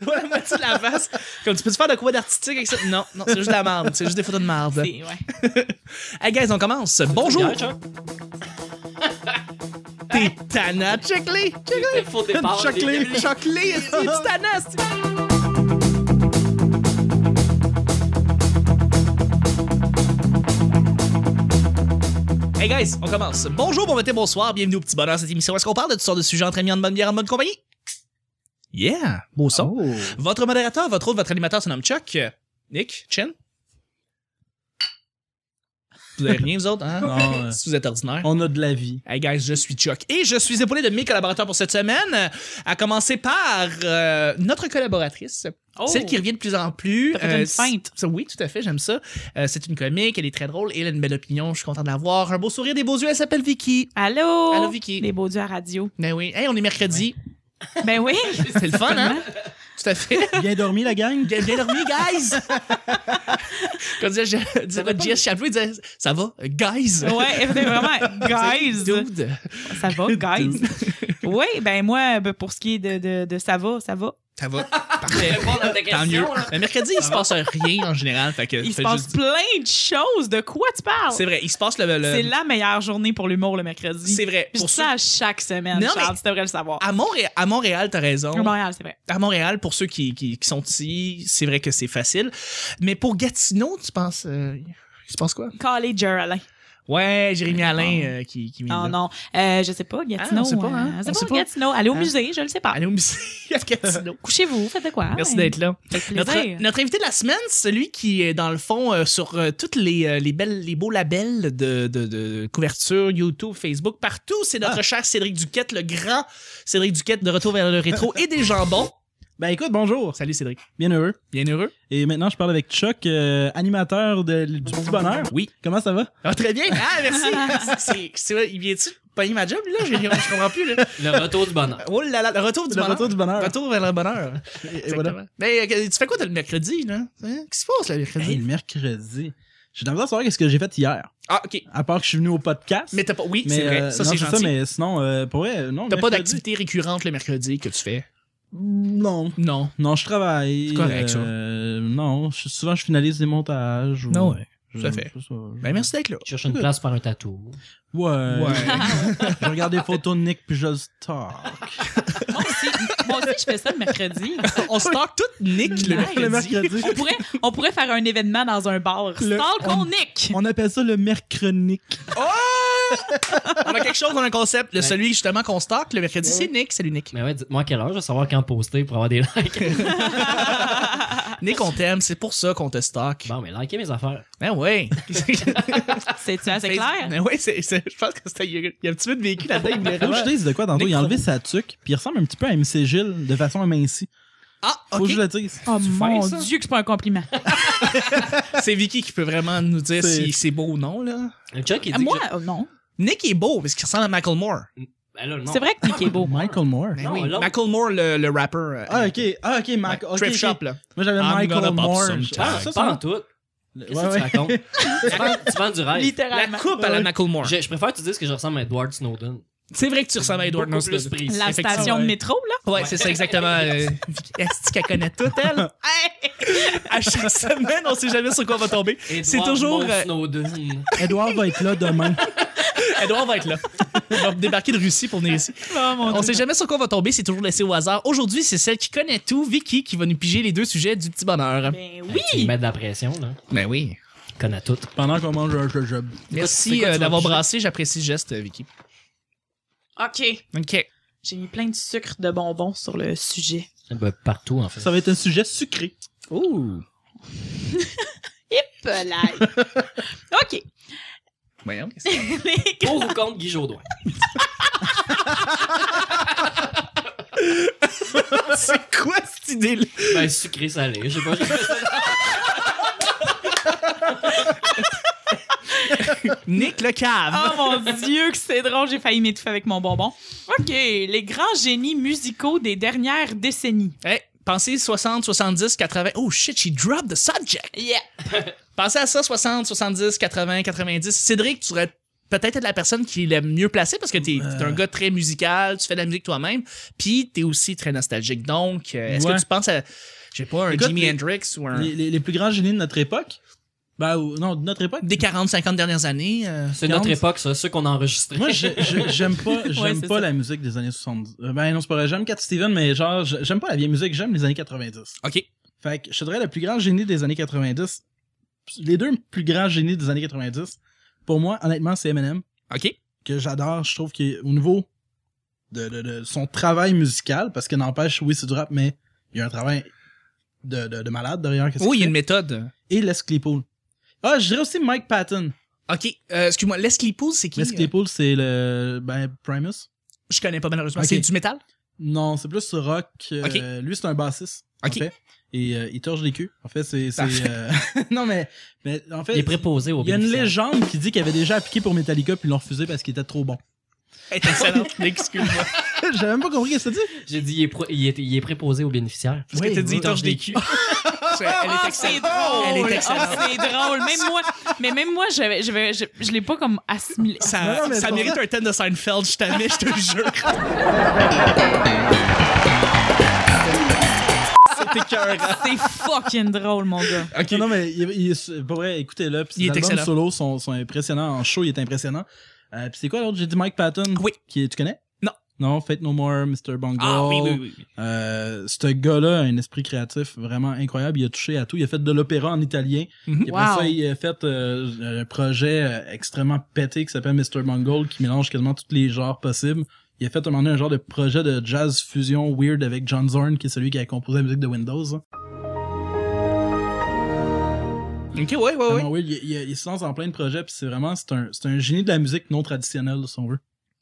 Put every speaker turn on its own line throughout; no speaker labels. Ouais, moi, tu la face. Comme tu peux te faire de quoi d'artistique avec ça? Non, non, c'est juste de la merde. C'est juste des photos de merde.
C'est- ouais.
Hey guys, on commence. Bonjour.
Gage, hein?
T'es Tana. Check-les.
C'était faux départ.
Chocolé.
les-
Chocolé. C'est du Tana, c'est- Hey guys, on commence. Bonjour, bon matin, bonsoir, bienvenue au petit bonheur cette émission. où Est-ce qu'on parle de toutes sortes de sujets entre amis, en bonne bière, en bonne compagnie? Yeah, beau son. Votre modérateur, votre autre, votre animateur se nomme Chuck. Euh, Nick, Chen. Vous avez rien, vous autres, hein?
Non, euh,
Si vous êtes ordinaire.
On a de la vie.
Hey guys, je suis Chuck et je suis épaulé de mes collaborateurs pour cette semaine, euh, à commencer par euh, notre collaboratrice,
Oh.
celle qui revient de plus en plus.
T'as fait une
c-
feinte.
ça- oui, tout à fait, j'aime ça. Euh, c'est une comique, elle est très drôle et elle a une belle opinion, je suis content de la voir. Un beau sourire, des beaux yeux, elle s'appelle Vicky.
Allô?
Allô, Vicky.
Les beaux dieux à radio.
Ben oui, hey, on est mercredi,
Ben oui.
c'est le fun, hein? Tout à fait.
Bien dormi, la gang?
Bien, bien dormi, guys! Quand disait, je disais
va
pas JS Chaplin, il disait Ça va, guys!
Ouais, c'était vraiment guys.
Dude!
Ça va, guys. Oui, ben moi, ben, pour ce qui est de, de, de ça va, ça va.
Ça va, parfait.
Répondre à ta
Tant mieux.
question. là.
Le mercredi, il se passe rien en général. Fait que
Il se
fait
passe
Euh, juste-
plein de choses. De quoi tu parles?
C'est vrai, il se passe le. le-
C'est la meilleure journée pour l'humour le mercredi.
C'est vrai.
Puis Je
Pour
dis
ceux...
ça à chaque semaine,
Non,
Charles,
mais- Ah,
tu devrais le savoir.
À Montréal, à Montréal t'as raison.
À Montréal, c'est vrai.
À Montréal, pour ceux qui, qui, qui sont ici, c'est vrai que c'est facile. Mais pour Gatineau, tu penses. euh, Il se passe quoi?
Calé Geraldine.
Ouais, Jérémy Alain euh, qui, qui vient
Oh
de là.
non, euh, je sais pas,
Ah,
Gatineau.
on sait pas, hein?
euh, je sais
On
pas,
sait pas.
Gatineau. Allez au
Ah.
musée, je le sais pas.
Allez au musée à Gatineau.
Couchez-vous, faites de quoi?
Merci
hein?
d'être là.
Avec plaisir.
Notre, notre invité de la semaine, c'est celui qui est dans le fond euh, sur euh, toutes les, euh, les belles, les beaux labels de, de, de couverture, YouTube, Facebook, partout, c'est notre cher Cédric Duquette, le grand Cédric Duquette de retour vers le rétro et des jambons.
Ben écoute, bonjour.
Salut Cédric,
Bien heureux.
bien heureux.
Et maintenant, je parle avec Chuck, euh, animateur de- du Petit Bonheur.
Oui.
Comment ça va?
Ah, très bien. Ah merci. C'est- c'est vrai, il vient-tu de pogner ma job lui, là Je, je comprends plus là.
Le retour du bonheur.
Oh là là, le retour du
le
bonheur.
retour du bonheur.
Retour vers le bonheur.
Et- et
Exactement.
voilà.
Mais euh, tu fais quoi t'as le mercredi là Hein? Qu'est-ce qui se passe le mercredi
Hey, le mercredi. J'ai envie de savoir qu'est-ce que j'ai fait hier.
Ah ok.
À part que je suis venu au podcast.
Mais t'as pas. Oui,
Mais,
c'est vrai.
euh,
ça
non,
c'est
ça,
gentil.
mais sinon, euh, pour vrai, non.
T'as pas
mercredi-
d'activité récurrente le mercredi que tu fais?
Non.
Non.
Non, je travaille.
C'est correct, ça.
Euh, non, je- souvent, je finalise des montages. ou-
Non, ouais,
Je-
tout à fait.
je- je-
Ben, merci d'être là.
Tu cherches une place pour un tatou.
Ouais.
Ouais.
je regarde des photos de Nick puis je le stalk.
Moi aussi, moi aussi, je fais ça le mercredi.
on stalk tout Nick le mercredi.
Le mercredi.
On pourrait, on pourrait faire un événement dans un bar.
Le-
Stalk on Nick!
On appelle ça le mercronique.
On a quelque chose, on a un concept. Le
Ouais.
celui justement qu'on stalk le mercredi, c'est Nick. Salut Nick.
Mais ouais, dites-moi à quelle heure, je vais savoir quand poster pour avoir des likes. Ah,
Nick, on t'aime, c'est pour ça qu'on te stalk.
bon, mais likez mes affaires.
Ben ouais.
C'est-tu assez clair?
Ben ouais, c'est, c'est- je pense que c'était, il y a- il y a un petit peu de vécu là-dedans. il voulait
Faut que
vraiment-
je dise de quoi tantôt.
Nick
Il a enlevé sa tuque, puis il ressemble un petit peu à MC Gilles de façon amincie.
Ah,
Faut
ok.
que je le dise.
Oh
Tu
mon
fais ça?
Dieu, que c'est pas un compliment.
C'est Vicky qui peut vraiment nous dire
C'est-
si c'est beau ou non, là.
Le Chuck, il
Ah,
dit.
Moi,
que
euh, non.
Nick est beau, parce qu'il ressemble à Michael Moore.
je- Ben là, non.
C'est vrai que Nick est beau.
Michael Moore.
Ben
Non,
oui.
l'autre.
Michael Moore, le, le rapper. euh,
Ah, ok. Ah, ok, Mac.
ouais,
ok,
Trap
ok.
Shop, là.
Moi, j'avais
I'm gonna
Michael
pop
Moore.
some
Ah,
ça,
pas
ça.
en tout. Qu'est-ce
Ouais,
que
ouais.
tu racontes? tu, vends, tu vends du rêve.
La
Littéralement.
coupe à la
Ouais.
Michael Moore.
Je, je préfère que tu dises que je ressemble à Edward Snowden.
C'est vrai que tu ressembles à Edward
Beaucoup plus
Norton.
précis.
La
Effectivement,
station de
ouais.
métro, là.
Ouais, c'est ça, exactement. Euh, Vicky- Est-ce qu'elle connaît tout, elle? À chaque semaine, on sait jamais sur quoi on va tomber. C'est
Edward
toujours.
Mon
euh,
Snowden.
Edouard va être là demain.
Edouard va être là. Il va débarquer de Russie pour venir ici.
Oh, mon
On
Dieu.
sait jamais sur quoi on va tomber, c'est toujours laissé au hasard. Aujourd'hui, c'est celle qui connaît tout, Vicky, qui va nous piger les deux sujets du petit bonheur.
Ben
Tu lui
oui!
mets de la pression, là.
Ben oui.
Connais tout.
Pendant qu'on mange un jojob.
C'est
Merci
quoi, tu
euh,
vas
d'avoir
piger?
brassé, j'apprécie le geste, euh, Vicky.
OK.
OK.
J'ai mis plein de sucre de bonbons sur le sujet.
Ben, partout, en fait.
Ça va être un sujet sucré.
Ouh.
Hip là. OK.
Voyons.
Les gars,
Pour ou contre Guy Jodoin?
c'est quoi cette idée-là?
Ben, sucré salé. Je sais pas.
Nick le cave.
Oh mon Dieu, que c'est drôle, j'ai failli m'étouffer avec mon bonbon. OK, les grands génies musicaux des dernières décennies.
Hey, pensez 60, 70, 80. Oh shit, she dropped the subject.
Yeah.
Pensez à ça, 60, 70, 80, 90. Cédric, tu aurais peut-être être la personne qui est la mieux placée parce que t'es
Euh.
t'es un gars très musical, tu fais de la musique toi-même, puis t'es aussi très nostalgique. Donc, euh, est-ce
Ouais.
que tu penses à, j'ai pas, un
Écoute,
Jimi
les-
Hendrix ou un.
Les, les- les plus grands génies de notre époque. Ben, ou- non, de notre époque.
Des 40-50 dernières années. euh,
C'est
Guillaume?
notre époque, ça, ceux qu'on a enregistrés.
Moi, je- je- j'aime pas, j'aime
c'est
pas
ça.
la musique des années 70. Euh, Ben non, c'est pas vrai. J'aime Cat Steven, mais genre, je- j'aime pas la vieille musique, j'aime les années 90.
Ok.
Fait que je te dirais le plus grand génie des années 90. Les deux plus grands génies des années 90, pour moi, honnêtement, c'est Eminem,
Ok.
que j'adore. Je trouve qu'au niveau de, de- de son travail musical, parce que n'empêche, oui, c'est du rap, mais il y a un travail de, de, de malade derrière. qu'est-ce
Oui, il
qu'il
y a une
fait.
méthode.
Et Les Claypool. Ah, je dirais aussi Mike Patton.
Ok. euh, Excuse-moi, Les Claypool, c'est qui euh?
Les Claypool, c'est le. Ben, Primus.
Je connais pas malheureusement.
Ok.
C'est du métal?
Non, c'est plus rock. euh,
Ok.
Lui, c'est un bassiste.
Ok.
En fait. Et euh, il torche des culs. En fait, c'est. c'est,
Parfait.
euh, non, mais, mais en fait.
Il est préposé au
Il y a une
bénéficiaire.
légende qui dit qu'il avait déjà appliqué pour Metallica puis ils l'ont refusé parce qu'il était trop bon.
Elle est excellente. Excuse-moi.
J'avais même pas compris ce que ça dit.
J'ai dit, il est, pro- il est- il est préposé aux bénéficiaires.
Parce
Oui,
que t'as dit,
oui.
il torche des culs. Elle
Ah,
est
c'est
excellente.
drôle!
Elle est
Ah,
excellente.
c'est drôle! Même moi, mais même moi, j'avais- j'avais- je, je l'ai pas comme assimilé.
Ça,
Non, non, mais
ça
pour
mérite un thème de Seinfeld, je t'admets, je te jure.
C'était cœur.
C'est fucking drôle, mon gars.
Ok.
Non, mais il, il, c'est pas vrai, écoutez-le. Puis
Il
ses
est
albums
excellent.
solos sont, sont impressionnants. En show, il est impressionnant. Euh, puis c'est quoi l'autre J'ai dit Mike Patton.
Oui.
Qui, tu connais
Non.
Non, Fate No More, Mr. Bungle.
Ah oui, oui, oui.
Euh, ce gars-là a un esprit créatif vraiment incroyable. Il a touché à tout. Il a fait de l'opéra en italien.
Mhm.
Et après
Wow.
ça, il a fait euh, un projet euh, extrêmement pété qui s'appelle Mr. Mongol, qui mélange quasiment tous les genres possibles. Il a fait un moment donné un genre de projet de jazz fusion weird avec John Zorn, qui est celui qui a composé la musique de Windows. hein.
Ok, ouais, ouais, ouais.
Vraiment weird. Il, il- il se lance en plein de projets, puis c'est vraiment c'est un, c'est un génie de la musique non traditionnelle, si on veut.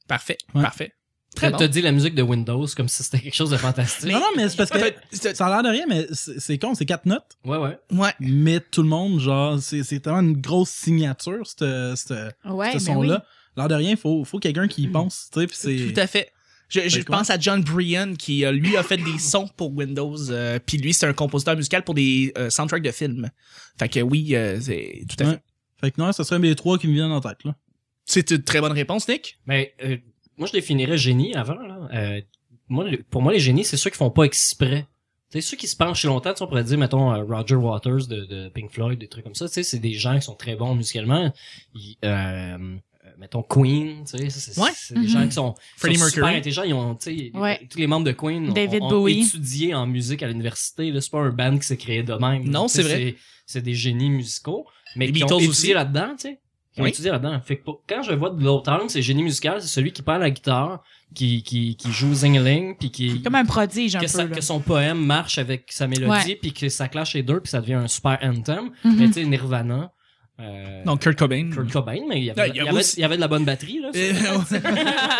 Parfait,
Ouais.
parfait. Très
T'as-
bon.
T'as dit la musique de Windows comme si c'était quelque chose de fantastique.
Non, non, mais c'est parce que
Peut-être-
ça a l'air de rien, mais c'est c'est con, c'est quatre notes.
Ouais, ouais.
Ouais.
mais tout le monde, genre, c'est c'est tellement une grosse signature, ce, ce, ce
Ouais,
ben
son-là. L'air de rien, faut, faut quelqu'un qui y pense, tu sais, puis c'est...
Mm. Tout à fait. Je, je
Fait quoi?
pense à John Brian qui euh, lui a fait des sons pour Windows, euh, puis lui c'est un compositeur musical pour des euh, soundtracks de films. Fait que oui, euh, c'est tout à
Ouais.
fait.
Fait que non, ce serait mes trois qui me viennent en tête, là.
C'est une très bonne réponse, Nick.
Mais euh, moi, je définirais génie avant. Là. Euh, moi, le- pour moi, les génies, c'est ceux qui font pas exprès. C'est ceux qui se penchent longtemps. Tu sais, on pourrait dire, mettons, euh, Roger Waters de, de Pink Floyd, des trucs comme ça. Tu sais, c'est des gens qui sont très bons musicalement. Ils, euh, euh, mettons Queen, tu sais, ça, c'est
Ouais.
c'est des
Mhm.
gens qui sont,
Freddie
sont super
Mercury.
intelligents. Ils ont, tu sais, euh,
Ouais.
tous les membres de Queen ont-
David
ont,
Bowie.
étudié en musique à l'université. là. C'est pas un band qui s'est créé de même.
Non,
Tu sais,
c'est vrai.
C'est des génies musicaux, mais
Les
qui ont
Beatles
étudié
aussi.
là-dedans, tu sais qui ont
Oui.
étudié là-dedans. Fait que pour- quand je vois de l'autre angle, c'est génie musical, c'est celui qui prend la guitare, qui, qui, qui joue zingling, puis qui
Comme un prodige, un
que,
peu.
sa-
là.
que son poème marche avec sa mélodie,
Ouais.
puis que ça clash les deux, puis ça devient un super anthem.
Mhm.
Mais tu sais, Nirvana. Euh,
Donc Kurt Cobain.
Kurt Cobain, mais il y avait,
Ouais,
il
il y
y
a
avait-
aussi-
il y avait de la bonne batterie, là.
Euh,
c'est-
ouais,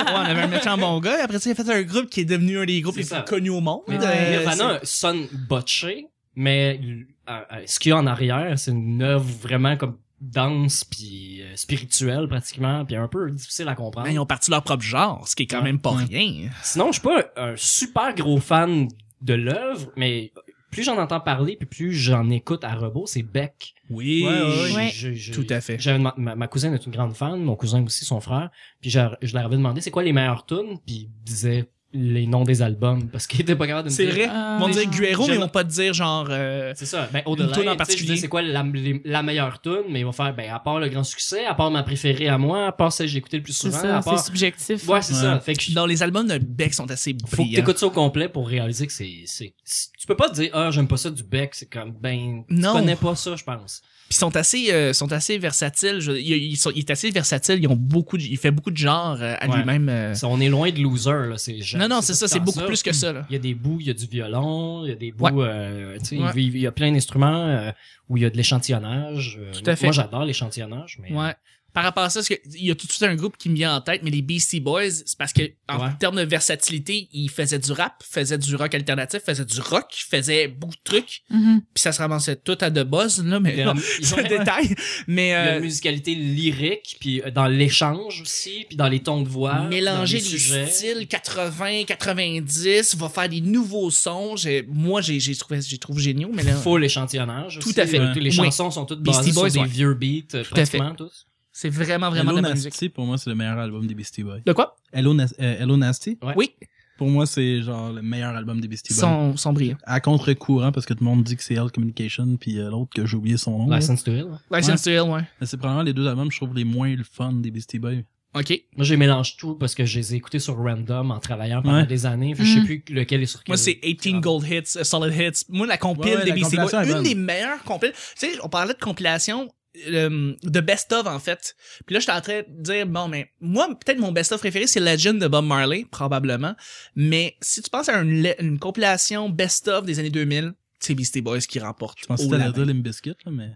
on avait un méchant bon gars. et Après ça, il a fait un groupe qui est devenu un des groupes
C'est
les
ça.
plus connus au monde.
Mais
Euh,
Nirvana sonne botché, mais euh, euh, ce qu'il y a en arrière, c'est une œuvre vraiment comme dense puis euh, spirituelle pratiquement, puis un peu difficile à comprendre.
Ben, ils ont parti leur propre genre, ce qui est quand même pas
Ouais.
rien.
Sinon, je suis pas un, un super gros fan de l'œuvre, mais plus j'en entends parler, puis plus j'en écoute à rebours, c'est Beck.
Oui,
oui. Ouais.
Je- je-
tout à fait.
j'avais demandé- ma, ma cousine est une grande fan, mon cousin aussi, son frère. Puis je, je leur avais demandé c'est quoi les meilleures tunes, puis il disait les noms des albums parce qu'il était pas capable de me
C'est
dire.
vrai.
Ah,
Ils vont dire
mais-
Guero, mais
J'aime-
ils vont pas te dire genre. euh,
C'est ça. Ben,
Une tune en
au-delà, tu sais, je
particulier.
disais c'est quoi la, les- la meilleure tune, mais ils vont faire ben à part le grand succès, à part ma préférée à moi, à part celle que j'ai écoutée le plus
C'est
souvent,
ça,
à
c'est
part.
subjectif.
Ouais, c'est
Ouais.
ça. Fait que je-
Dans les albums de Beck sont assez
faut que
brillants.
t'écoutes ça au complet pour réaliser que c'est, c'est, c'est- tu peux pas te dire, ah, j'aime pas ça du bec, c'est comme, ben,
Non.
tu connais pas ça, je pense.
Puis ils sont assez, euh, sont assez versatiles. Je- ils, ils sont, il est assez versatile. Ils ont beaucoup, de- il fait beaucoup de genres euh, à
Ouais.
lui-même. euh.
Ça, on est loin de loser, là, c'est genre-
Non, non, c'est ça.
tout
C'est
le temps
beaucoup plus que ça. Là.
Il y a des bouts, il y a du violon, il y a des bouts,
Ouais.
euh, tu sais,
Ouais.
il y a plein d'instruments euh, où il y a de l'échantillonnage. euh,
Tout à fait.
Moi, j'adore l'échantillonnage, mais. euh.
Ouais. Par rapport à ça, parce que il y a tout de suite un groupe qui me vient en tête, mais les Beastie Boys, c'est parce que en
Ouais.
termes de versatilité, ils faisaient du rap, faisaient du rock alternatif, faisaient du rock, faisaient beaucoup de trucs,
Mhm.
puis ça se ramassait tout à de buzz là, mais
Il y a,
non,
ils
c'est
ont-
un détail. Mais
il y a
euh,
une musicalité lyrique, puis euh, dans l'échange aussi, puis dans les tons de voix. dans
mélanger
les,
les,
sujets.
styles 80 90 va faire des nouveaux sons J'ai- moi j'ai j'ai trouvé j'ai trouvé géniaux mais là
Full échantillonnage.
Tout
aussi,
à fait.
euh, Les
Oui.
chansons sont toutes
Beastie
basées
Boys,
sur des
ouais.
vieux beats, euh,
à fait.
pratiquement tous.
C'est vraiment, vraiment
Hello
de la bonne musique.
Nasty, pour moi, c'est le meilleur album des Beastie Boys.
De quoi?
Hello, Nas- euh, Hello Nasty,
Ouais.
Oui,
pour moi, c'est genre le meilleur album des Beastie
ils
Boys.
sont, sont brillants.
À contre-courant, parce que tout le monde dit que c'est Hell Communication, puis euh, l'autre que j'ai oublié son nom. là.
License to Hell. ouais.
License to Hell, ouais.
Mais C'est probablement les deux albums, je trouve, les moins le fun des Beastie Boys.
OK.
Moi, je les mélange tout parce que je les ai écoutés sur Random en travaillant pendant
Ouais.
des années. Puis Je sais
Mm.
plus lequel est sur
Moi,
quel.
c'est 18 Gold Hits, euh, Solid Hits. Moi, la compile
Ouais, ouais,
des
la
Beastie Boys,
compilation est
une
bonne.
des meilleures compiles. Tu sais, on parlait de compilation euh, de best-of, en fait. Puis là, j'étais en train de dire, bon, mais moi, peut-être mon best-of préféré, c'est Legend de Bob Marley, probablement. Mais si tu penses à une, le- une compilation best-of des années 2000, c'est Beastie Boys qui remporte.
Je pensais
haut
que
Oh, la
c'était
main.
dire Limp Bizkit, là, mais.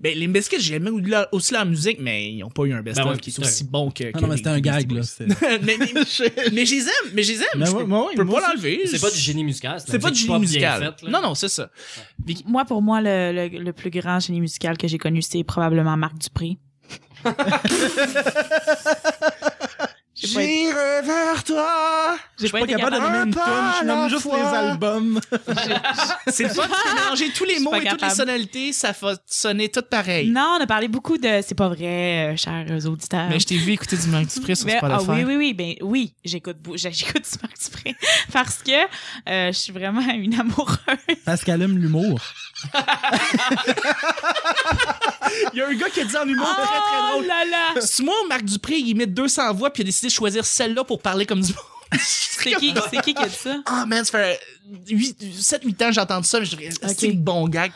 Ben, les Biscuits, j'aimais ou- leur- aussi leur musique, mais ils ont pas eu un best-of
Ben ouais,
qui est
c'est
aussi bon que.
Ah
que
non, mais
les-
c'était un
les Beastie
gag, là.
Boys.
c'était-
mais, mais, mais je les aime, mais je les aime.
Mais
je
ouais,
peux,
ouais, ouais,
peux
moi
pas l'enlever.
C'est pas du génie musical.
C'est pas du génie musical. non, non, c'est ça.
Moi, pour moi, le, le- le plus grand génie musical que j'ai connu, c'est probablement Marc Dupré. J'ai pas été-
J'irai vers toi.
J'ai pas,
Pas
été
capable de nommer une
pas
tune,
à
je
la
nomme juste les
fois.
albums.
C'est le fun de mélanger tous les
suis
mots
pas
et toutes les
capable.
sonorités, ça va sonner tout pareil.
Non, on a parlé beaucoup de. C'est pas vrai, euh, chers auditeurs.
Mais je t'ai vu écouter du Marc Dupré sur
Mais- ah,
Spotify.
oui, oui, oui, ben oui, j'écoute, bou- j'écoute du Marc Dupré parce que euh, je suis vraiment une amoureuse.
Parce qu'elle aime l'humour.
Il y a un gars qui a dit en humour très très
Oh
drôle.
là là!
Si moi, Marc Dupré, il imite 200 voix puis il a décidé de choisir celle-là pour parler comme du monde.
C'est qui, c'est qui qui a dit ça?
Ah man, ça fait 7-8 ans que j'entends ça, mais je dirais,
Ok.
c'est le bon gag.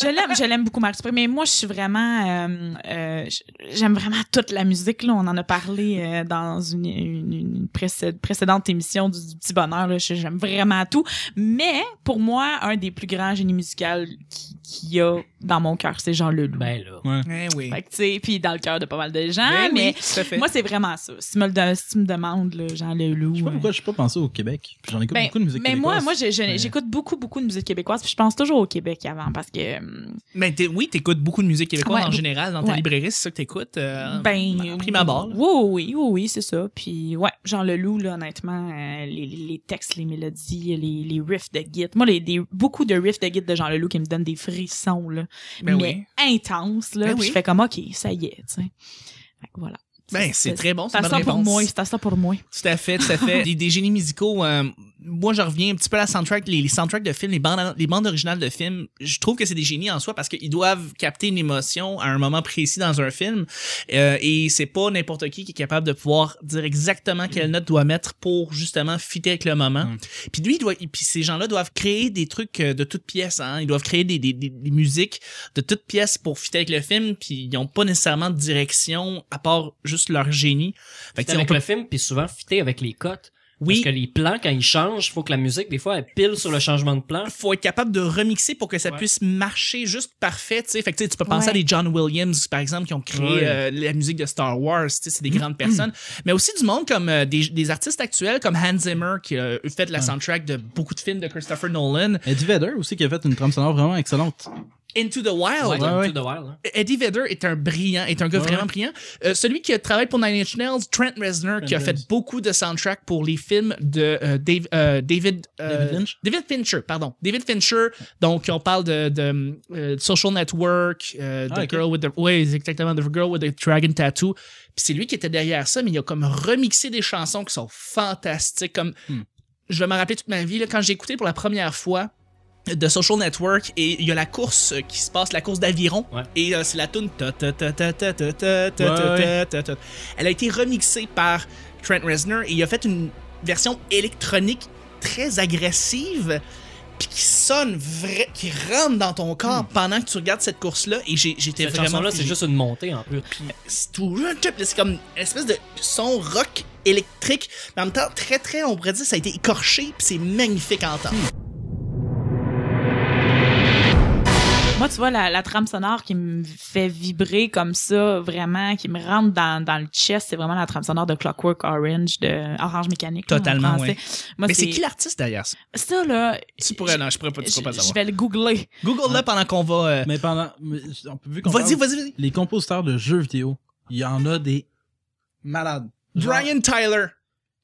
Je l'aime, je l'aime beaucoup Marc Dupré, mais moi je suis vraiment, euh, euh, j- j'aime vraiment toute la musique là. On en a parlé euh, dans une, une- une précé- précédente émission du, du petit bonheur là. Je- J'aime vraiment tout, mais pour moi un des plus grands génies musicaux qui, qu'il y a dans mon cœur, c'est Jean Leloup.
Ben là.
Eh oui.
Fait que, tu sais, puis dans le cœur de pas mal de gens,
Ben
Ah,
oui,
mais
tout à fait.
moi c'est vraiment ça. Si, me le de- si tu me demandes là, Jean Leloup.
Je sais pas
euh,
pourquoi je suis pas pensé au Québec. Puis J'en écoute
ben,
beaucoup de musique
mais moi,
québécoise.
moi, je- je-
Mais-
j'écoute beaucoup, beaucoup de musique québécoise. Puis je pense toujours au Québec avant, parce que hum,
Mais t'es- oui, t'écoutes beaucoup de musique québécoise
Ouais.
en général dans ta
Ouais.
librairie, c'est ça que t'écoutes. euh,
Ben,
prime abord, là.
Oui, oui, oui, oui, c'est ça. Puis, ouais, Jean Leloup, là, honnêtement, euh, les, les textes, les mélodies, les, les riffs de git. Moi, les, des- beaucoup de riffs de git de Jean Leloup qui me donnent des frissons, là.
Ben oui.
mais intenses, là.
Ben
puis
oui.
je fais comme, OK, ça y est, tu sais. Fait que voilà.
Ben, c'est très bon, c'est
C'est
une
ça
bonne
pour
réponse.
moi, c'est ça pour moi.
Tout à fait, tout à fait. des, des génies musicaux. euh, moi, je reviens un petit peu à la soundtrack, les, les soundtracks de films, les bandes, les bandes originales de films. Je trouve que c'est des génies en soi parce qu'ils doivent capter une émotion à un moment précis dans un film. Euh, et c'est pas n'importe qui qui est capable de pouvoir dire exactement quelle note doit mettre pour justement fitter avec le moment.
Mm.
Puis lui, il doit, puis ces gens-là doivent créer des trucs euh, de toutes pièces. Hein. Ils doivent créer des, des, des, des musiques de toutes pièces pour fitter avec le film. Puis ils ont pas nécessairement de direction à part juste leur génie. Fait que,
Fait
tu sais, Ben, on
avec
peut-
le film, puis souvent fité avec les cotes.
oui.
Parce que les plans, quand ils changent, faut que la musique, des fois, elle pile sur le changement de plan.
faut être capable de remixer pour que ça
Ouais.
puisse marcher juste parfait. tu sais. Fait que, tu sais, tu peux penser
Ouais.
à des John Williams, par exemple, qui ont créé
Ouais.
euh, la musique de Star Wars. tu sais, C'est des grandes personnes. Mais aussi du monde comme euh, des, des artistes actuels comme Hans Zimmer, qui a fait la
Ouais.
soundtrack de beaucoup de films de Christopher Nolan.
Eddie Vedder aussi qui a fait une trame sonore vraiment excellente.
Into the Wild.
Ouais,
ouais, ouais.
Into the Wild, hein.
Eddie Vedder est un brillant, est un gars
Ouais,
vraiment
ouais.
brillant. Euh, celui qui travaille pour Nine Inch Nails, Trent Reznor, qui a
Trent
fait
Reznor.
beaucoup de soundtracks pour les films de euh, Dave- euh, David, euh,
David Lynch?
David Fincher, pardon. David Fincher. Donc, on parle de, de, euh, Social Network, euh, The
Ah, ok.
Girl with the... Oui, exactement, The Girl with the Dragon Tattoo. Puis c'est lui qui était derrière ça, mais il a comme remixé des chansons qui sont fantastiques. Comme,
Hmm.
je vais m'en rappeler toute ma vie, là, quand j'ai écouté pour la première fois de Social Network et il y a la course euh, qui se passe la course d'aviron
Ouais.
et euh, c'est la tune ta ta ta ta ta ta ta ta ta ta
Ouais,
ta ta. elle a été remixée par Trent Reznor et il a fait une version électronique très agressive puis qui sonne vrai qui rentre dans ton corps pendant que tu regardes cette course là et j'ai- j'étais
Hmm. Cette
vraiment
chanson-là, c'est
figé.
juste une montée, en plus.
C'est tout c'est comme une espèce de son rock électrique mais en même temps très très on pourrait dire ça a été écorché puis c'est magnifique à entendre
Hmm.
Moi, tu vois, la, la trame sonore qui me fait vibrer comme ça, vraiment, qui me rentre dans, dans le chest, c'est vraiment la trame sonore de Clockwork Orange, de Orange Mécanique. là, en
Totalement,
français.
ouais.
Moi,
mais c'est qui l'artiste derrière ça
Ça, là,
Tu pourrais, non, je pourrais pas, tu
je,
pourrais pas
je
savoir.
vais le googler.
Google-le pendant qu'on va. euh,
Mais pendant. mais on peut- Vu qu'on
Vas-y,
parle-
vas-y, vas-y.
Les compositeurs de jeux vidéo, il y en a des malades. Genre,
Brian Tyler.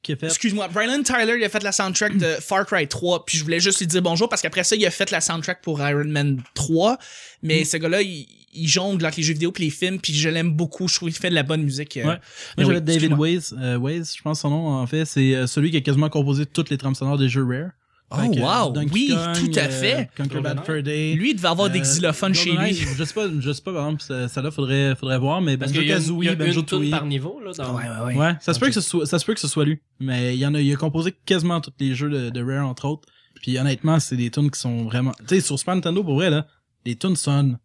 qui a fait.
Excuse-moi. Brian Tyler, il a fait la soundtrack de Far Cry 3.
Mm.
Puis je voulais juste lui dire bonjour parce qu'après ça, il a fait la soundtrack pour Iron Man 3. Mais ce gars-là, il, il jongle avec les jeux vidéo puis les films puis je l'aime beaucoup je trouve qu'il fait de la bonne musique euh.
Ouais.
Mais oui,
Moi, j'avais David
excuse-moi.
Waze, euh, Waze, je pense son nom, en fait. C'est euh, celui qui a quasiment composé toutes les trames sonores des jeux Rare. Fait
oh
que, euh,
wow
Donkey
oui
Kong,
tout à
euh,
fait
Conquer Bad Fur Day.
lui il devait avoir des
euh,
xylophones chez
GoldenEye,
lui
Je sais pas, je sais pas, par exemple, ça, ça là, faudrait, faudrait voir, mais
Parce
Banjo
qu'il y a une, il y a
Kazooie,
une
Banjo
toune
Tooie.
par niveau, là, dans...
ouais
Ouais, Ben, ça se peut que ce soit, ça se peut que ce soit lui. Mais il y en a, il a composé quasiment tous les jeux de, de Rare, entre autres. Puis honnêtement, c'est des tunes qui sont vraiment, tu sais, sur Super Nintendo, pour vrai, là, les tunes sonnent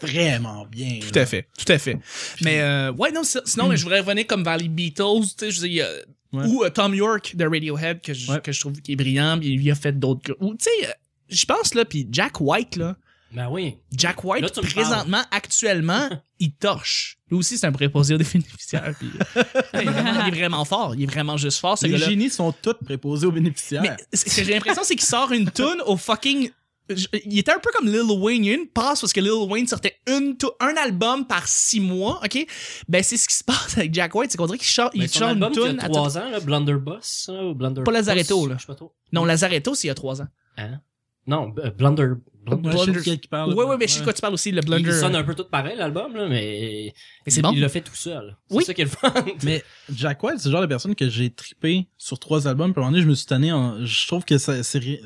vraiment bien.
Tout à fait, tout à fait. Mais euh, ouais, non, si- sinon, mais je voudrais revenir comme vers les Beatles, tu sais, je veux dire, euh,
Ouais.
ou euh, Tom York de Radiohead, que je,
Ouais.
que je trouve qui est brillant, puis il a fait d'autres... gr- Ou, tu sais, euh, je pense, là, puis Jack White, là,
Ben oui.
Jack White,
Là, tu me
présentement, actuellement, il torche. Lui aussi, c'est un préposé au bénéficiaire. Puis, euh, il, est vraiment, il est vraiment fort, il est vraiment juste fort, ce
Les
gars-là.
génies sont toutes préposés aux bénéficiaires.
Mais ce que j'ai l'impression, c'est qu'il sort une toune au fucking. je- Il était un peu comme Lil Wayne. Il y a eu une passe parce que Lil Wayne sortait une tou- un album par six mois, ok? Ben, c'est ce qui se passe avec Jack White. C'est qu'on dirait qu'il sort,
Mais
il
son
sort une
album il
toune
y
à
a
tout-
trois ans, là, Blunderbuss, hein, ou Blunderbuss.
Pas Lazaretto, là.
Je sais pas trop.
Non, Lazaretto, c'est il y a trois ans.
Hein? Non, B- euh, Blunder... Blunder-
Ouais, je sais de quel qui parle.
Ouais, ouais, mais je sais de quoi tu parles aussi, le Blunder.
Il sonne un peu tout pareil, l'album, là, mais...
Mais c'est bon.
Il l'a fait tout seul.
Oui.
C'est ça qui est le fun.
Mais Jack White, c'est le genre de personne que j'ai trippé sur trois albums. Puis à un moment donné, je me suis tanné. En... Je trouve que ça- c'est ri-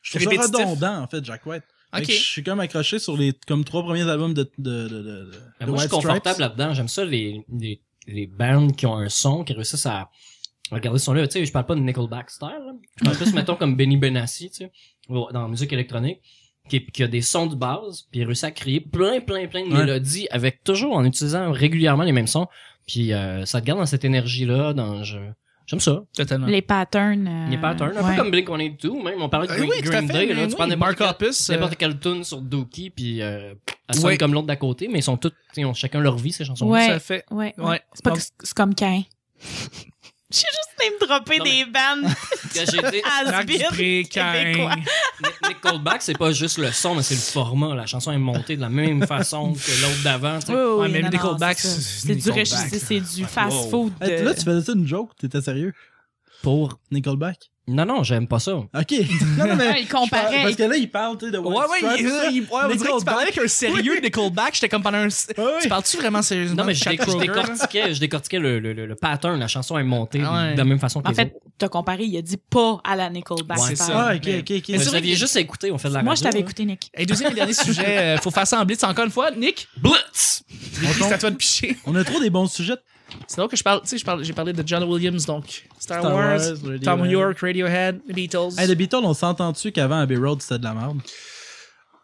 je trouve ça
Répétitif.
redondant, en fait, Jack White. Fait que
Ok.
Je suis comme accroché sur les comme trois premiers albums de, de, de, de, de de
Ben, moi, je suis
White Stripes.
confortable là-dedans. J'aime ça, les, les, les bands qui ont un son, qui réussissent à regarder ce son-là. Tu sais, je parle pas de Nickelback style. là. Je parle plus, mettons, comme Benny Benassi, tu sais, au- dans la musique électronique, qui, qui a des sons de base, puis il réussit à créer plein, plein, plein de
Ouais.
mélodies, avec toujours, en utilisant régulièrement les mêmes sons. Puis euh, ça te garde dans cette énergie-là, dans... je- J'aime ça.
Totalement.
Les patterns. euh,
Les patterns. Un
ouais.
peu comme Blink-182, même. On parlait de
Euh,
Green,
oui, tout à
Green
fait,
Day.
mais
Là,
oui,
tu prends n'importe
Mark
quel-
Hoppus, euh,
n'importe quelle tune sur Dookie, puis euh, elles sonnent
Ouais.
comme l'autre d'à côté, mais ils sont toutes, tu sais, ils ont chacun leur vie, ces chansons-là.
tout
Ouais.
à fait.
Ouais.
Ouais.
ouais. C'est pas
Donc-
que c'est comme Cain. J'ai juste même dropper
Non, mais-
des bandes
Que j'ai dit,
à
Marc Dupré, Cain.
québécois.
Nick- Nickelback, c'est pas juste le son, mais c'est le format. La chanson est montée de la même façon que l'autre d'avant. tu sais.
Oui, oui,
Ouais, mais
non, non,
Nickelback,
c'est ça.
c'est-
c'est du riche,
Nickelback.
c'est c'est du fast
Wow.
food.
Hey, là, tu faisais ça une joke, t'étais sérieux.
Pour.
Nickelback.
Non, non, j'aime pas ça.
Ok. non, non, mais.
Ouais, il comparait.
je parle- Parce que là, il parle, tu sais, de White
Ah, Ouais, ouais,
Stripes.
il, il, il, ouais, on dirait que tu parlais avec un sérieux de Nickelback. J'étais comme pendant un.
Ouais,
Tu parles-tu vraiment sérieusement?
Non, mais
de
je,
Chad
dé- je
Kroeger, là?
décortiquais, je décortiquais le, le, le- le pattern. La chanson est montée
Ah ouais.
de la même façon
euh,
que
En
les
fait,
autres.
t'as comparé, il a dit pas à la Nickelback.
Ouais, c'est
Par-
ça.
Ah, ok, ok, ok.
Mais
Vous
c'est vrai
aviez
que-
juste à écouter, on fait de la
Moi, je
radio, hein.
t'avais
là.
écouté, Nick.
Et deuxième et dernier sujet, euh, faut faire ça en blitz encore une fois. Nick, blitz!
tombe-
C'est à toi de picher.
On a trop des bons sujets.
C'est drôle que je parle, tu sais, je parle- j'ai parlé de John Williams, donc Star,
Star
Wars,
Wars,
Tom
Radiohead.
York, Radiohead, The Beatles.
Hey, The Beatles, on s'entend-tu qu'avant Abbey Road, c'était de la merde?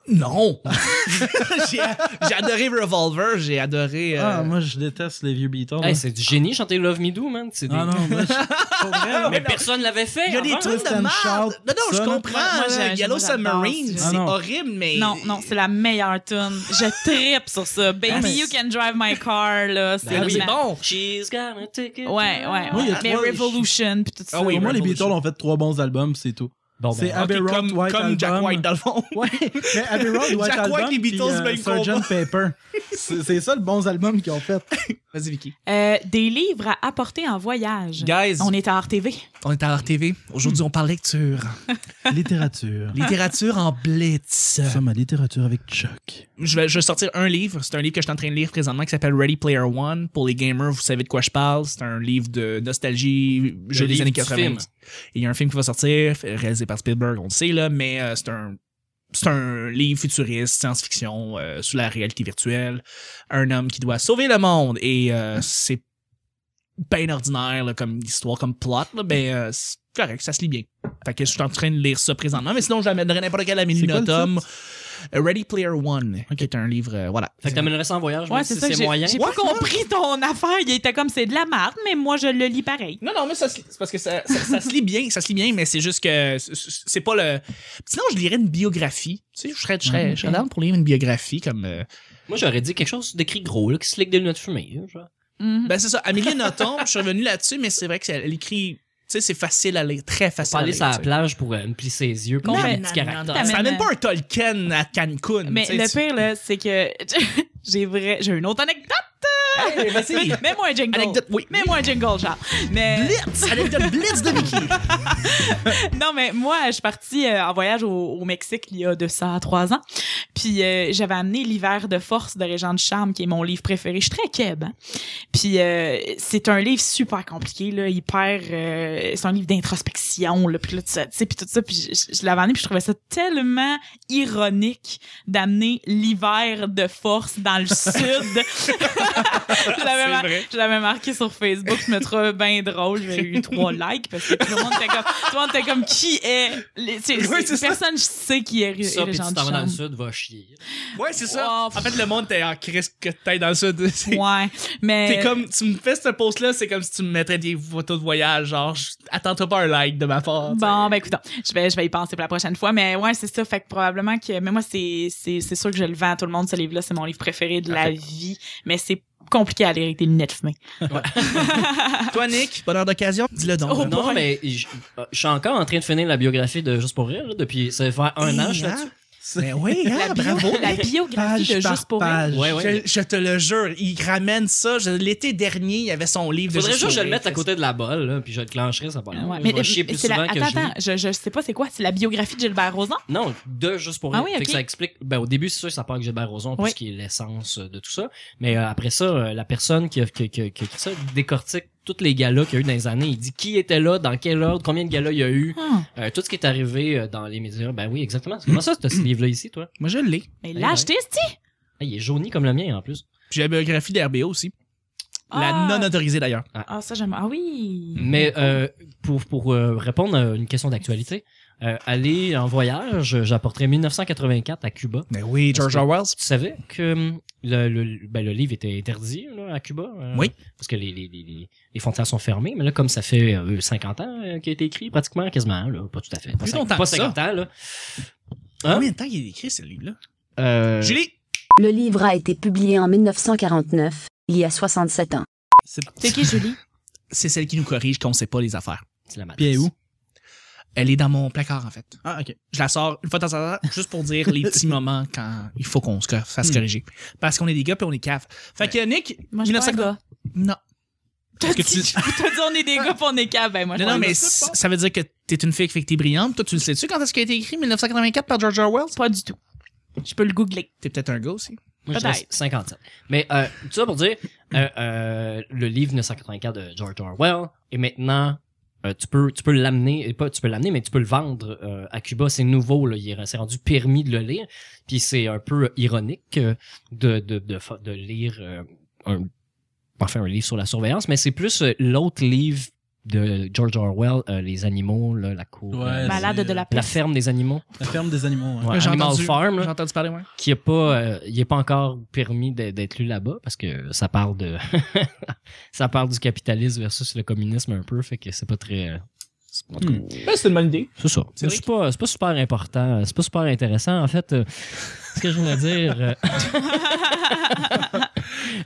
Non! j'ai j'ai adoré Revolver, j'ai adoré... euh,
Ah, moi, je déteste les vieux Beatles.
Hey,
hein.
c'est du génie chanter Love Me Do, man. C'est des-
Ah non, moi, je- pour vrai,
Mais personne l'avait fait.
il y a des
avant.
trucs de
Twist and
merde!
Shout,
Non, non, je
ça, là.
comprends.
Moi, j'ai-
là,
j'ai-
Yellow
moi, j'adore
Submarine,
ce
c'est
genre.
horrible, mais...
Non, non, c'est la meilleure tune. Je tripe sur ça. Baby,
mais-
you can drive my car, là. C'est
Ah oui,
la-
bon!
She's gonna take it.
Ouais, ouais,
Moi, il y
ouais.
a
Mais
trois-
Revolution, puis tout ça.
Ah oui,
Pour moi, les
Revolution.
Beatles ont fait trois bons albums, c'est tout.
Bon,
C'est
ben,
Ok,
Abbey Road,
comme,
White
comme
Album.
Jack White, dans le fond.
Ouais, mais Abbey Road, White
Jack White,
Album,
les Beatles,
puis, euh,
même
Sgt. Pepper. C'est c'est ça le bon album qu'ils ont fait.
Vas-y, Vicky.
Euh, des livres à apporter en voyage.
Guys,
On est à RTV.
on est à RTV. Aujourd'hui, on parle lecture.
Littérature.
Littérature en blitz.
Nous sommes à littérature avec Chuck.
je vais, je vais sortir un livre. C'est un livre que je suis en train de lire présentement qui s'appelle Ready Player One. Pour les gamers, vous savez de quoi je parle. C'est un livre de nostalgie, jeu des
livre
années
du
80.
film.
Et il y a un film qui va sortir, fait- réalisé par Spielberg, on le sait, là, mais euh, c'est un. C'est un livre futuriste, science-fiction, euh, sous la réalité virtuelle. Un homme qui doit sauver le monde. Et euh, c'est bien ordinaire là, comme histoire, comme plot, là, mais euh, c'est correct, ça se lit bien. Fait que je suis en train de lire ça présentement, mais sinon j'amènerais n'importe quel à mes
C'est quoi le
Minotaum. Euh, Ready Player One, qui est un livre, euh, voilà.
Fait que t'amènerais ça en voyage,
Ouais,
même
c'est
si
ça. que
c'est moyen.
J'ai j'ai pas
Ouais,
compris ton affaire. Il était comme c'est de la merde, mais moi, je le lis pareil.
Non, non, mais ça, se- c'est parce que ça, ça, ça se lit bien, ça se lit bien, mais c'est juste que c'est- c'est pas le. Sinon, je lirais une biographie. Tu sais, je serais, je serais, je serais down pour lire une biographie comme. euh,
Moi, j'aurais dit quelque chose d'écrit gros, là, qui se ligue des lunettes fumées, là, genre.
Mhm.
Ben, c'est ça. Amélie Nothomb, je suis revenu là-dessus, mais c'est vrai qu'elle écrit. Tu sais, c'est facile à lire, très facile à
Parler
lire.
sur la
tu sais.
plage pour euh, me plisser les yeux, puis
Non,
lire
mais-
un petit caractère.
Ça
T'amènes-
amène pas un Tolkien à Cancun.
Ben, Mais
tu sais,
le
tu-
pire, là, c'est que j'ai vrai, j'ai une autre anecdote euh,
Hey, vas-y.
Mais- Mets-moi un jingle.
Anecdote, oui.
Mets-moi un jingle, Charles. Mais
Blitz! Anecdote Blitz de Mickey.
non, mais moi, je suis partie euh, en voyage au, au Mexique il y a de ça à trois ans. Puis euh, j'avais amené L'hiver de force de Régent de Charme, qui est mon livre préféré. Je suis très keb. hein. Puis euh, c'est un livre super compliqué, là, hyper. euh, c'est un livre d'introspection, là, puis là, tu sais, tu sais, puis tout ça. Puis je, je- je l'avais amené, puis je trouvais ça tellement ironique d'amener l'hiver de force dans le sud. je l'avais mar-
vrai.
je l'avais marqué sur Facebook, je me trouvais bien drôle, j'ai eu trois likes parce que tout le monde était comme, tout le monde était comme qui est, les- tu sais,
Oui, c'est ça.
personne sait qui est Ré-
Ça, puis
Régent de
tu t'en vas dans le
Charme.
sud, va chier.
Ouais, c'est ça.
Wow.
En fait, le monde, t'es en crise que t'es dans le sud. C'est-
Ouais, mais
Euh.
T'es comme, tu me fais ce post-là, c'est comme si tu me mettrais des photos de voyage, genre, je- attends-toi pas un like de ma
Ah,
part.
Bon, ben écoute, je vais, je vais y penser pour la prochaine fois. Mais ouais, c'est ça. Fait que probablement que. Mais moi, c'est, c'est, c'est sûr que je le vends à tout le monde, ce livre-là. C'est mon livre préféré de la vie. Mais c'est compliqué à lire avec des lunettes fumées.
Bah.
Toi, Nick, bonheur d'occasion, dis-le donc.
Oh,
là.
Non,
boy.
mais je je suis encore en train de finir la biographie de Juste pour rire, là, depuis, ça va faire un an, je suis
Hein?
là-dessus.
Ben oui, hein,
la, bio-
bravo.
la biographie de
Page par
Juste pour rire.
page.
Ouais, ouais.
Je, je te le jure, il ramène ça. Je- L'été dernier, il y avait son livre. de
Faudrait juste que je le
sourire.
mette à côté de la bolle, là, puis je le clencherai, ça va.
Ouais,
Ouais,
mais
je vais chier plus
c'est la-
souvent que
attends,
je lis.
attends, je, je sais pas c'est quoi, c'est la biographie de Gilbert Rozon.
Non, de juste pour
Ah
rire.
oui,
Fait
ok.
que ça explique. Ben, au début, c'est sûr que ça part avec Gilbert Rozon,
Oui.
puisqu'il qui est l'essence euh, de tout ça. Mais euh, après ça, euh, la personne qui a, qui, a- qui a- qui a écrit ça décortique tous les galas qu'il y a eu dans les années. Il dit qui était là, dans quel ordre, combien de galas il y a eu,
Ah.
euh, tout ce qui est arrivé euh, dans les médias. Ben oui, exactement. C'est Comment ça, t'as ce livre-là ici, toi?
Moi, je l'ai.
Mais
Ouais,
là,
ouais.
je t'ai dit.
Ah, il est jauni comme le mien, en plus.
J'ai la biographie d'RBO aussi. La
Ah.
non autorisée, d'ailleurs.
Ah, ça, j'aime. Ah
Mm-hmm.
oui.
Mais euh, pour, pour euh, répondre à une question d'actualité, euh, aller en voyage, j'apporterai 1984 à Cuba.
Ben oui, George Orwell.
Tu savais que hum, le, le, ben, le livre était interdit là, à Cuba? euh,
Oui.
Parce que les, les, les- les, les frontières sont fermées, mais là, comme ça fait euh, 50 ans euh, qu'il a été écrit, pratiquement, quasiment, là, pas tout à fait. Pas,
Plus
cinq-
longtemps
pas
que ça.
50 ans, là. Hein?
Combien de temps il a écrit ce livre-là?
Euh,
Julie!
Le livre a été publié en 1949, il y a 67 ans.
C'est
C'est qui, Julie?
C'est celle qui nous corrige qu'on sait pas les affaires.
c'est la
Puis elle est où?
Elle est dans mon placard, en fait.
Ah, ok.
Je la sors une fois de temps en temps, juste pour dire les petits moments quand il faut qu'on se cor- fasse
Hmm.
corriger. Parce qu'on est des gars puis on est cave. Fait que Nick,
Moi, je suis pas un
1950
gars.
Non.
T'as
Parce que
dit,
tu-
t'as dit, on est des gars pis on est cave. Ben, moi, je
Non,
suis
non,
pas
mais
un gars.
c- ça veut dire que t'es une fille, fait que t'es brillante. Toi, tu le sais-tu quand est-ce qu'il a été écrit 1984 par George Orwell?
Pas du tout. Je peux le googler.
T'es peut-être un gars aussi.
Moi, je dirais
Peut-être.
57. Mais euh, tout ça pour dire, euh, euh, le livre 1984 de George Orwell et maintenant, euh, tu peux, tu peux l'amener, et pas tu peux l'amener, mais tu peux le vendre euh, à Cuba. C'est nouveau, là, il est- c'est rendu permis de le lire. Puis c'est un peu ironique euh, de, de, de, fa- de lire euh, un, enfin, un livre sur la surveillance, mais c'est plus euh, l'autre livre de George Orwell, euh, les animaux, là, la cour,
Ouais,
euh,
c'est,
Malade de
euh,
la
la
peste.
ferme des animaux,
La ferme des animaux. hein.
Ouais,
J'ai
Animal
entendu-
Farm. là
J'ai entendu parler, ouais.
qui a pas euh, il est pas encore permis d'être d'être lu là-bas parce que ça parle de ça parle du capitalisme versus le communisme un peu fait que c'est pas très euh, c'est- en tout cas,
Hmm.
c'est une bonne idée.
c'est ça
C'est vrai
c'est pas c'est pas super important euh, c'est pas super intéressant en fait euh, ce que je voulais dire euh,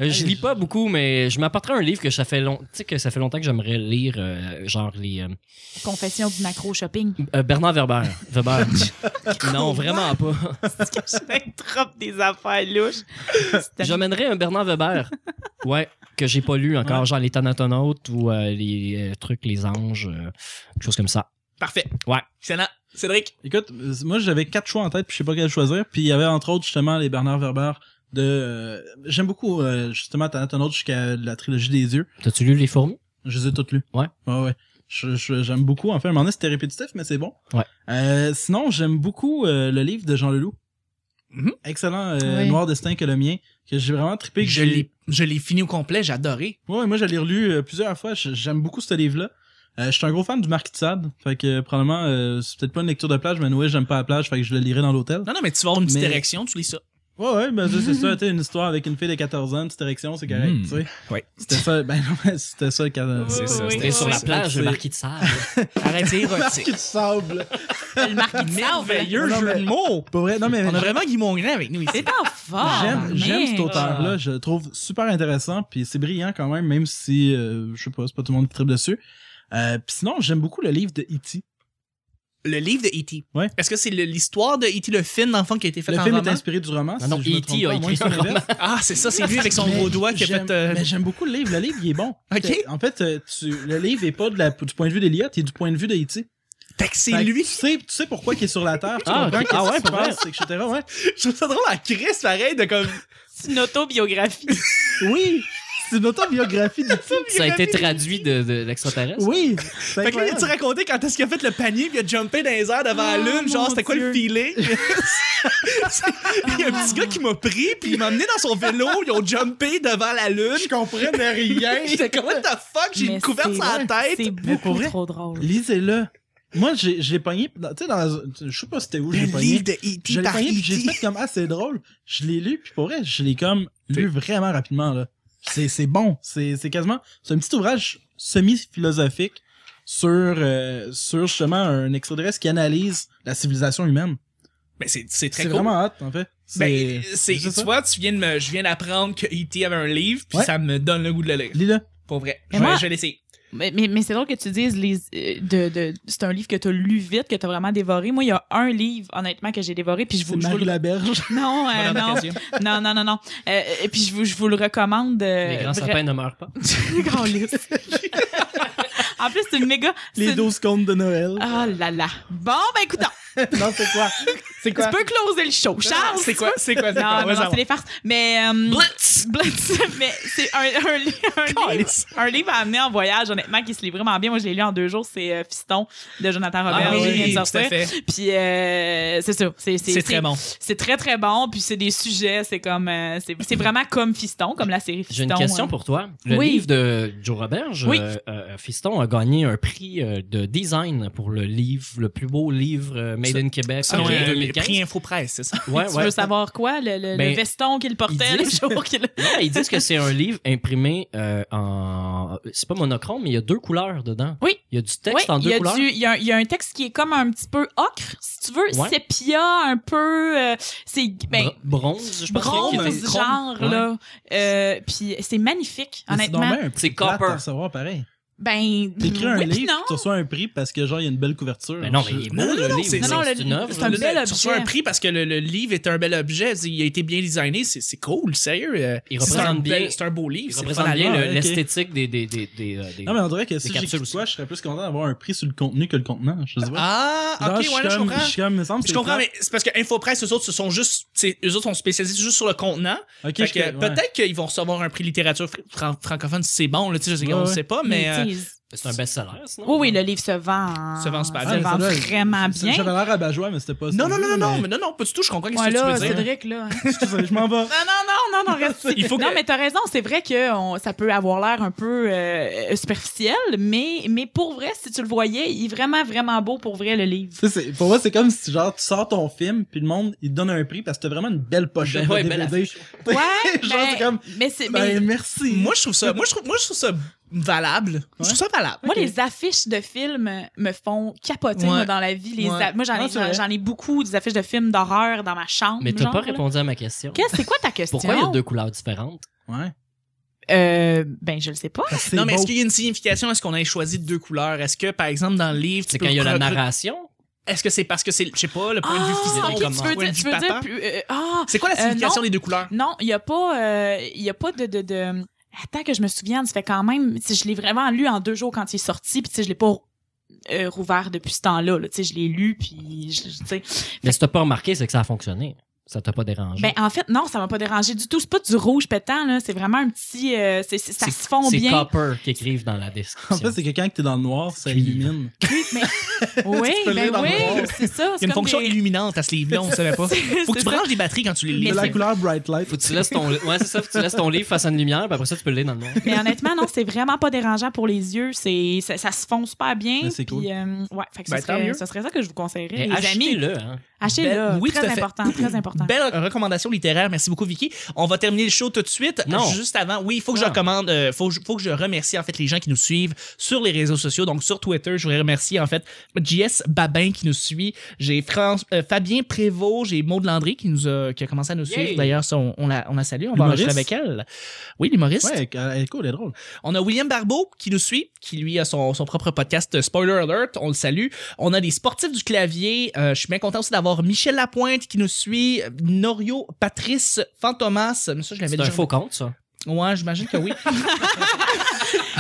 je lis pas beaucoup mais je m'apporterai un livre que ça fait long tu sais que ça fait longtemps que j'aimerais lire euh, genre les euh,
Confession du macro shopping.
euh, Bernard Werber Weber non vraiment pas
je vais trop des affaires louches.
J'emmènerais un Bernard Weber. ouais, que j'ai pas lu encore, genre les Thanatonautes ou euh, les euh, trucs, les anges, euh, quelque chose comme ça.
Parfait.
Ouais.
Excellent. Cédric.
Écoute, euh, moi j'avais quatre choix en tête, puis je sais pas quel choisir. Puis il y avait entre autres justement les Bernard Werber de. euh, J'aime beaucoup euh, justement Thanatonaut jusqu'à la trilogie des yeux.
T'as-tu lu Les Fourmis?
Je les ai toutes lues.
Ouais.
Ouais, ouais. Je- je- J'aime beaucoup. En fait, à un moment donné, c'était répétitif, mais c'est bon.
Ouais.
Euh, sinon, j'aime beaucoup euh, le livre de Jean Leloup.
Mhm.
Excellent euh,
Oui.
Noir Destin que le mien, que j'ai vraiment trippé. que
Je
j'ai-
l'ai je l'ai fini au complet, j'ai adoré.
Ouais, moi, je l'ai relu euh, plusieurs fois. Je- J'aime beaucoup ce livre-là. Euh, je suis un gros fan du Marquis de Sade. Fait que, euh, probablement, euh, c'est peut-être pas une lecture de plage, mais ouais, j'aime pas la plage, fait que je le lirai dans l'hôtel.
Non, non, mais tu vas avoir une petite
Mais-
érection, tu lis ça.
Ouais, ouais, ben, ça, c'est ça, t'sais, une histoire avec une fille de 14 ans, une petite érection, c'est correct,
Mm.
tu sais.
Ouais.
C'était ça, ben, non, mais c'était ça, quand,
C'est ça, Oui,
C'était
oui,
sur
oui.
la plage, le marquis de Sade.
Arrête, c'est érotique.
Marquis de Sable.
Le marquis de sable.
Merveilleux
Non,
jeu
mais-
de mots.
Pour vrai, non, mais
On a Ah, vraiment Guy Mongrain avec nous ici.
C'est en forme.
J'aime, j'aime cet
mais-
auteur-là, je le trouve super intéressant, puis c'est brillant quand même, même E si, euh, je sais pas, c'est pas tout le monde qui tripe dessus. Euh, puis sinon, j'aime beaucoup le livre de E.T.
le livre de E.T.
Ouais.
Est-ce que c'est le- l'histoire de E.T. le film d'enfant qui a été fait
Le
en
film est
roman? E
inspiré du roman.
Non,
si
non,
je me
E.T.
trompe pas,
a
à moins que
écrit
c'est
un
l'inverse.
Ah, c'est ça, c'est lui avec son
Mais
gros doigt qui a
j'aime-
fait... euh,
Mais j'aime beaucoup le livre. Le livre, il est bon.
Ok.
Euh, En fait, euh, tu, le livre est pas de la, du point de vue d'Eliott, il est du point de E vue d'Haïti.
fait que c'est
Fait que
lui.
Tu sais, tu sais pourquoi il est sur la Terre. Tu
Ah,
comprends
ok.
qu'est-ce
Ah
qui
ouais,
se
pour vrai?
passe, etc. Ouais.
Je trouve ça drôle à Chris, pareil, de comme...
C'est une autobiographie.
Oui, c'est une autobiographie du type.
Ça a été traduit de, de l'extraterrestre.
Oui. c'est
Fait que là, il
incroyable.
a-tu raconté quand est-ce qu'il a fait le panier puis il a jumpé dans les airs devant la
Oh,
lune? Genre,
mon
c'était quoi le feeling? C'est- il y a un petit gars qui m'a pris puis il m'a amené dans son vélo, ils ont jumpé devant la lune.
Je comprenais rien.
J'étais comme, what the fuck, j'ai
Mais
une couverte
c'est-
sur la
C'est
tête.
Mais
beaucoup
pour vrai,
trop drôle.
Lisez-le. Moi, j'ai j'ai pogné. dans- Tu sais, dans. Je sais pas c'était où, j'ai
Le
pogné.
livre de E.T.
Je l'ai
par E
pogné, puis j'ai
E.T.
fait comme, ah, c'est drôle. Je l'ai lu, puis pour vrai, je l'ai comme lu vraiment rapidement, là. C'est, c'est bon. C'est, c'est quasiment, c'est un petit ouvrage semi-philosophique sur, euh, sur justement un extraterrestre qui analyse la civilisation humaine.
Mais c'est c'est très
C'est
cool.
vraiment hot, en fait.
Ben, c'est,
juste
tu
ça.
vois, tu viens de me, je viens d'apprendre que E.T. avait un livre, puis
Ouais.
ça me donne le goût de le lire.
Lis-le.
Pour vrai.
Mais
Je vais,
moi-
je vais l'essayer.
Mais, mais, mais c'est drôle que tu dises les, euh, de, de, c'est un livre que t'as lu vite, que t'as vraiment dévoré. Moi, il y a un livre, honnêtement, que j'ai dévoré, puis je
C'est
vous, je vous
Marie
le...
Laberge.
Non, euh,
Bonne
non,
occasion.
non, non, non, non. Euh, et puis je vous, je vous le recommande. euh,
Les grands
vra-
sapins ne meurent pas.
Grand lisse. en plus, c'est une méga. c'est
Les
une-
12 contes de Noël.
Ah là là. Bon, ben écoute,
non, c'est quoi? C'est
tu
quoi?
peux closer le show. Charles!
C'est quoi, c'est quoi, c'est quoi?
Non,
On
non,
va
non, c'est
savoir.
des farces. Mais. euh,
Blitz!
Blitz, mais c'est un, un, li- un, livre,
Calice.
un livre à amener en voyage, honnêtement, qui se lit vraiment bien. Moi, je l'ai lu en deux jours. C'est euh, Fiston de Jonathan Robert.
Ah
qui vient de
oui, tout à
sortir.
fait.
Puis euh, c'est ça. C'est, c'est,
C'est très bon.
C'est très, très bon. Puis c'est des sujets. C'est comme. euh, c'est, c'est vraiment comme Fiston, comme la série
J'ai
Fiston.
une question
hein.
pour toi. Le
Oui.
livre de Joe Roberge,
Oui.
euh, euh, Fiston, a gagné un prix euh, de design pour le livre, le plus beau livre euh, Made in Québec
Selon
en
euh, le
2015.
prix Info Presse, c'est ça?
Ouais,
Tu
ouais.
veux savoir quoi? Le, le- le
Ben,
veston qu'il portait
ils disent-
le jour qu'il.
Non, mais ils disent que c'est un livre imprimé euh, en... C'est pas monochrome, mais il y a deux couleurs dedans.
Oui.
Il y a du
Oui,
texte en
il
deux
y, a
couleurs.
du- il y a un- il y a un texte qui est comme un petit peu ocre, si tu veux,
Ouais.
sépia, un peu. euh, c'est. Ben,
Br- bronze, je pense. qu'il était-
bronze genre
Ouais.
là Euh, puis c'est magnifique honnêtement
C'est
copper.
copper.
savoir pareil.
ben
T'écris un
oui, puis
livre,
non
tu reçois un prix parce que genre il y a une belle couverture.
Mais Ben non, mais il est beau,
Non, non,
le
non,
livre. hein.
c'est-
non, non,
c'est
le-
une œuvre.
Ah, c'est un
Le-
bel
Tu reçois
objet.
un prix parce que le, le livre est un bel objet. Il a été bien designé. C'est, c'est cool, sérieux. euh,
Il
c'est
représente
un bel-
bien-
C'est un beau livre.
Il
c'est
représente
fun à
bien
lire.
le-
ok.
l'esthétique des... des, des, des, euh, des-
Non, mais on dirait que si
Des capsules
j'écoute quoi, je serais plus content d'avoir un prix sur le contenu que le contenant. Je sais pas.
Ah,
Genre,
ok,
je
ouais,
suis
là, je
comme-
comprends.
Je suis comme, me semble,
Je comprends, mais c'est parce que InfoPresse, eux autres, ce sont juste, c'est- eux autres sont spécialisés juste sur le contenant.
mais.
Fait que, Peut-être qu'ils vont recevoir un prix littérature fran- francophone si c'est bon, là, tu sais, je sais
Ouais,
qu'on
ouais.
sait pas, mais.
mais
euh,
tu sais,
C'est un best-seller, sinon.
oui oui le livre se vend en-
Se vend
Ah,
super
se
bien.
vend vraiment bien
J'avais l'air à joie, mais c'était pas
Non,
ça,
non, non, non, non, euh,
mais-
mais non, non, pas du tout, je comprends
Ouais,
ce
là
que tu veux dire.
Cédric là hein.
Je m'en vais.
Non, non, non, non, non, reste ici.
Il faut que-
Non, mais t'as raison, c'est vrai que on- ça peut avoir l'air un peu euh, superficiel, mais, mais pour vrai, si tu le voyais, il est vraiment, vraiment beau pour vrai, le livre.
Tu sais, c'est- Pour moi, c'est comme si genre tu sors ton film, puis le monde il te donne un prix parce que t'as vraiment une belle
Ben
pochette.
Ouais,
de
belle
DVD.
Ouais,
Genre,
mais-
c'est comme.
mais c'est... mais-
Ben, merci.
Moi, je trouve ça, moi, je trouve, moi, je trouve ça valable. Je trouve ça valable.
Moi, les affiches de films me font capoter
Ouais.
moi, dans la vie. Les
Ouais. Ah,
a- Moi, j'en
Non,
ai,
c'est
j'en-
vrai.
j'en ai beaucoup des affiches de films d'horreur dans ma chambre.
Mais t'as
genre,
pas
là.
répondu à ma question.
Qu'est-ce c'est quoi ta question?
Pourquoi il y a deux couleurs différentes?
Ouais.
Euh, ben, je le sais pas.
Parce que Ah, c'est
Non, mais
beau.
est-ce qu'il y a une signification? Est-ce qu'on a choisi deux couleurs? Est-ce que, par exemple, dans le livre, tu
C'est
peux
quand il y a la
recru-
narration?
Est-ce que c'est parce que c'est, je sais pas, le point de vue physique?
Ah, ok,
le
comment?
tu veux
point de
dire,
vue
tu veux
papa?
dire plus- euh, ah,
C'est quoi la
Euh,
signification
non.
des deux couleurs?
non, il y a pas, euh, il y a pas de, de, de- attends que je me souvienne, ça fait quand même, si je l'ai vraiment lu en deux jours quand il est sorti, puis tu sais, je l'ai pas euh, rouvert depuis ce temps-là, là. tu sais, je l'ai lu, puis je- je- tu sais,
Mais si t'as pas remarqué, c'est que ça a fonctionné. Ça t'a pas dérangé.
Ben en fait non, ça m'a pas dérangé du tout. C'est pas du rouge pétant là, c'est vraiment un petit, euh, c'est- c'est- ça
C'est-
se fond
C'est
bien.
Copper qui écrivent dans la
En
description.
fait, c'est que quand t'es dans le noir, ça
Cuivre.
illumine.
Oui,
peux lire
ben
dans le
oui,
noir.
c'est ça.
Il y a une fonction
illumée.
illuminante à ce livre-là, on savait pas. Faut que tu branches des batteries quand tu les lis.
Mais
De la
c'est-
couleur bright light.
Faut que tu laisses ton, ouais, c'est ça, faut que tu laisses ton livre face à une lumière, puis après ça, tu peux le lire dans le noir.
Mais honnêtement non, c'est vraiment pas dérangeant pour les yeux. C'est ça, ça se fonce pas bien.
Mais c'est
puis,
cool.
euh, ouais, fait que
Ben,
ça,
tant
serait,
mieux.
ça serait ça que je vous conseillerais,
Mais
les amis.
Ben, achetez-le, hein.
Achetez-le.
Belle- oui, tout
très
à fait. Ben,
important, très important.
Belle recommandation littéraire. Merci beaucoup, Vicky. On va terminer le show tout de suite.
Non.
Juste avant, oui, il faut que je
Non.
recommande, euh, faut, que je- faut que je remercie en fait les gens qui nous suivent sur les réseaux sociaux. Donc sur Twitter, je voudrais remercier en fait JS Babin qui nous suit. J'ai France, euh, Fabien Prévost, j'ai Maud Landry qui nous a, qui a commencé à nous
Yay.
suivre. D'ailleurs, ça, on, on la, on la salue. On va
L'humoriste.
enregistrer avec elle. Oui, l'humoriste.
Ouais, elle est cool, elle est drôle.
On a William Barbeau qui nous suit, qui lui a son, son propre podcast euh, Spoiler Alert, on le salue. On a des sportifs du clavier, euh, je suis bien content aussi d'avoir Michel Lapointe qui nous suit, euh, Norio, Patrice, Fantomas, mais ça je l'avais
C'est un
déjà.
faux compte, ça.
Ouais, j'imagine que oui.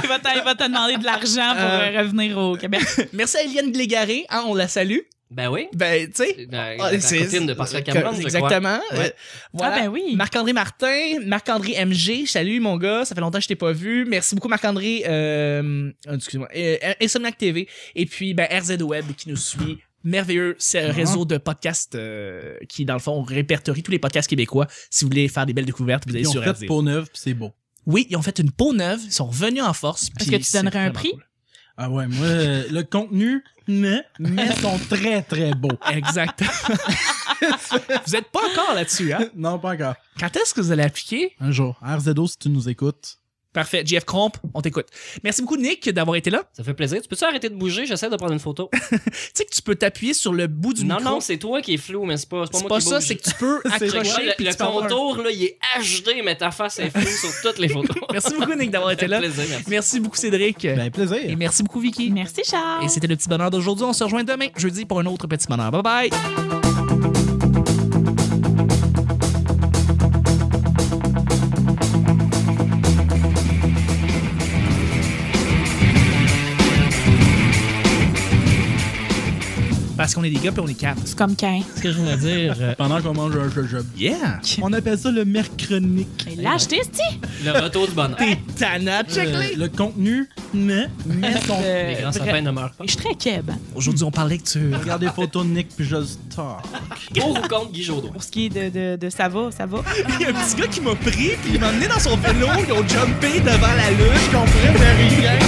Il, va te, il va te demander de l'argent pour
Euh,
euh, revenir au Québec.
Merci à Eliane Glégaré, hein, on la salue.
Ben oui.
Ben, tu sais.
La,
Ah,
la
c'est-
copine de Pascal
que-
Cameron, je crois.
Exactement.
Ouais.
Euh, voilà.
Ah ben oui.
Marc-André Martin, Marc-André MG, salut mon gars, ça fait longtemps que je t'ai pas vu. Merci beaucoup Marc-André, euh, euh, excuse-moi, euh, Insomniac TV. Et puis ben, RZ Web qui nous suit. Merveilleux, c'est
Ah.
un
Mhm.
réseau de podcasts euh, qui, dans le fond, répertorie tous les podcasts québécois. Si vous voulez faire des belles découvertes, vous allez
Ils ont
sur
fait
RZ.
peau neuve, puis c'est beau.
Oui, ils ont fait une peau neuve, ils sont revenus en force.
Est-ce
puis
que tu
c'est
donnerais un
vraiment
prix?
cool.
Ah ouais, moi, euh, le contenu, mais, mais sont très, très beaux.
Exact. vous êtes pas encore là-dessus, hein?
Non, pas encore.
Quand est-ce que vous allez appliquer?
Un jour. RZO, si tu nous écoutes.
Parfait. JF Cromp, on t'écoute. Merci beaucoup, Nick, d'avoir été là.
Ça fait plaisir. Tu peux-tu arrêter de bouger? J'essaie de prendre une photo.
Tu sais que tu peux t'appuyer sur le bout du
non,
micro.
non, c'est toi qui est flou, mais c'est pas, c'est pas
C'est
moi
pas
qui
ça,
bouge.
c'est que tu peux
C'est
accrocher
Ouais, le,
puis
le
tu peux avoir un-
contour, là, il est HD, mais ta face est floue sur toutes les photos.
Merci beaucoup, Nick, d'avoir été là.
Plaisir, merci.
Merci beaucoup, Cédric.
Ben, plaisir.
Et merci beaucoup, Vicky.
Merci, Charles.
Et c'était le petit bonheur d'aujourd'hui. On se rejoint demain, jeudi, pour un autre petit bonheur. Bye bye. Parce qu'on est des gars puis on est quatre.
C'est comme 15.
ce que je voulais dire.
Pendant qu'on mange un jeu
Yeah!
On appelle ça le mercronique.
Il l'a acheté, c'ti.
Le retour du bonheur.
T'es tannant, check
Euh, le contenu, mais, mais sont...
Les
Euh,
grands sapins ne meurent pas.
Je suis très keb.
Aujourd'hui, on parle lecture.
Regarde des photos de Nick, puis je le star.
Pour ou contre Guy Jodoin?
Pour ce qui est de, de, de ça va, ça va.
Il y a un petit gars qui m'a pris, puis il m'a emmené dans son vélo, ils ont jumpé devant la lune, je comprenais rien.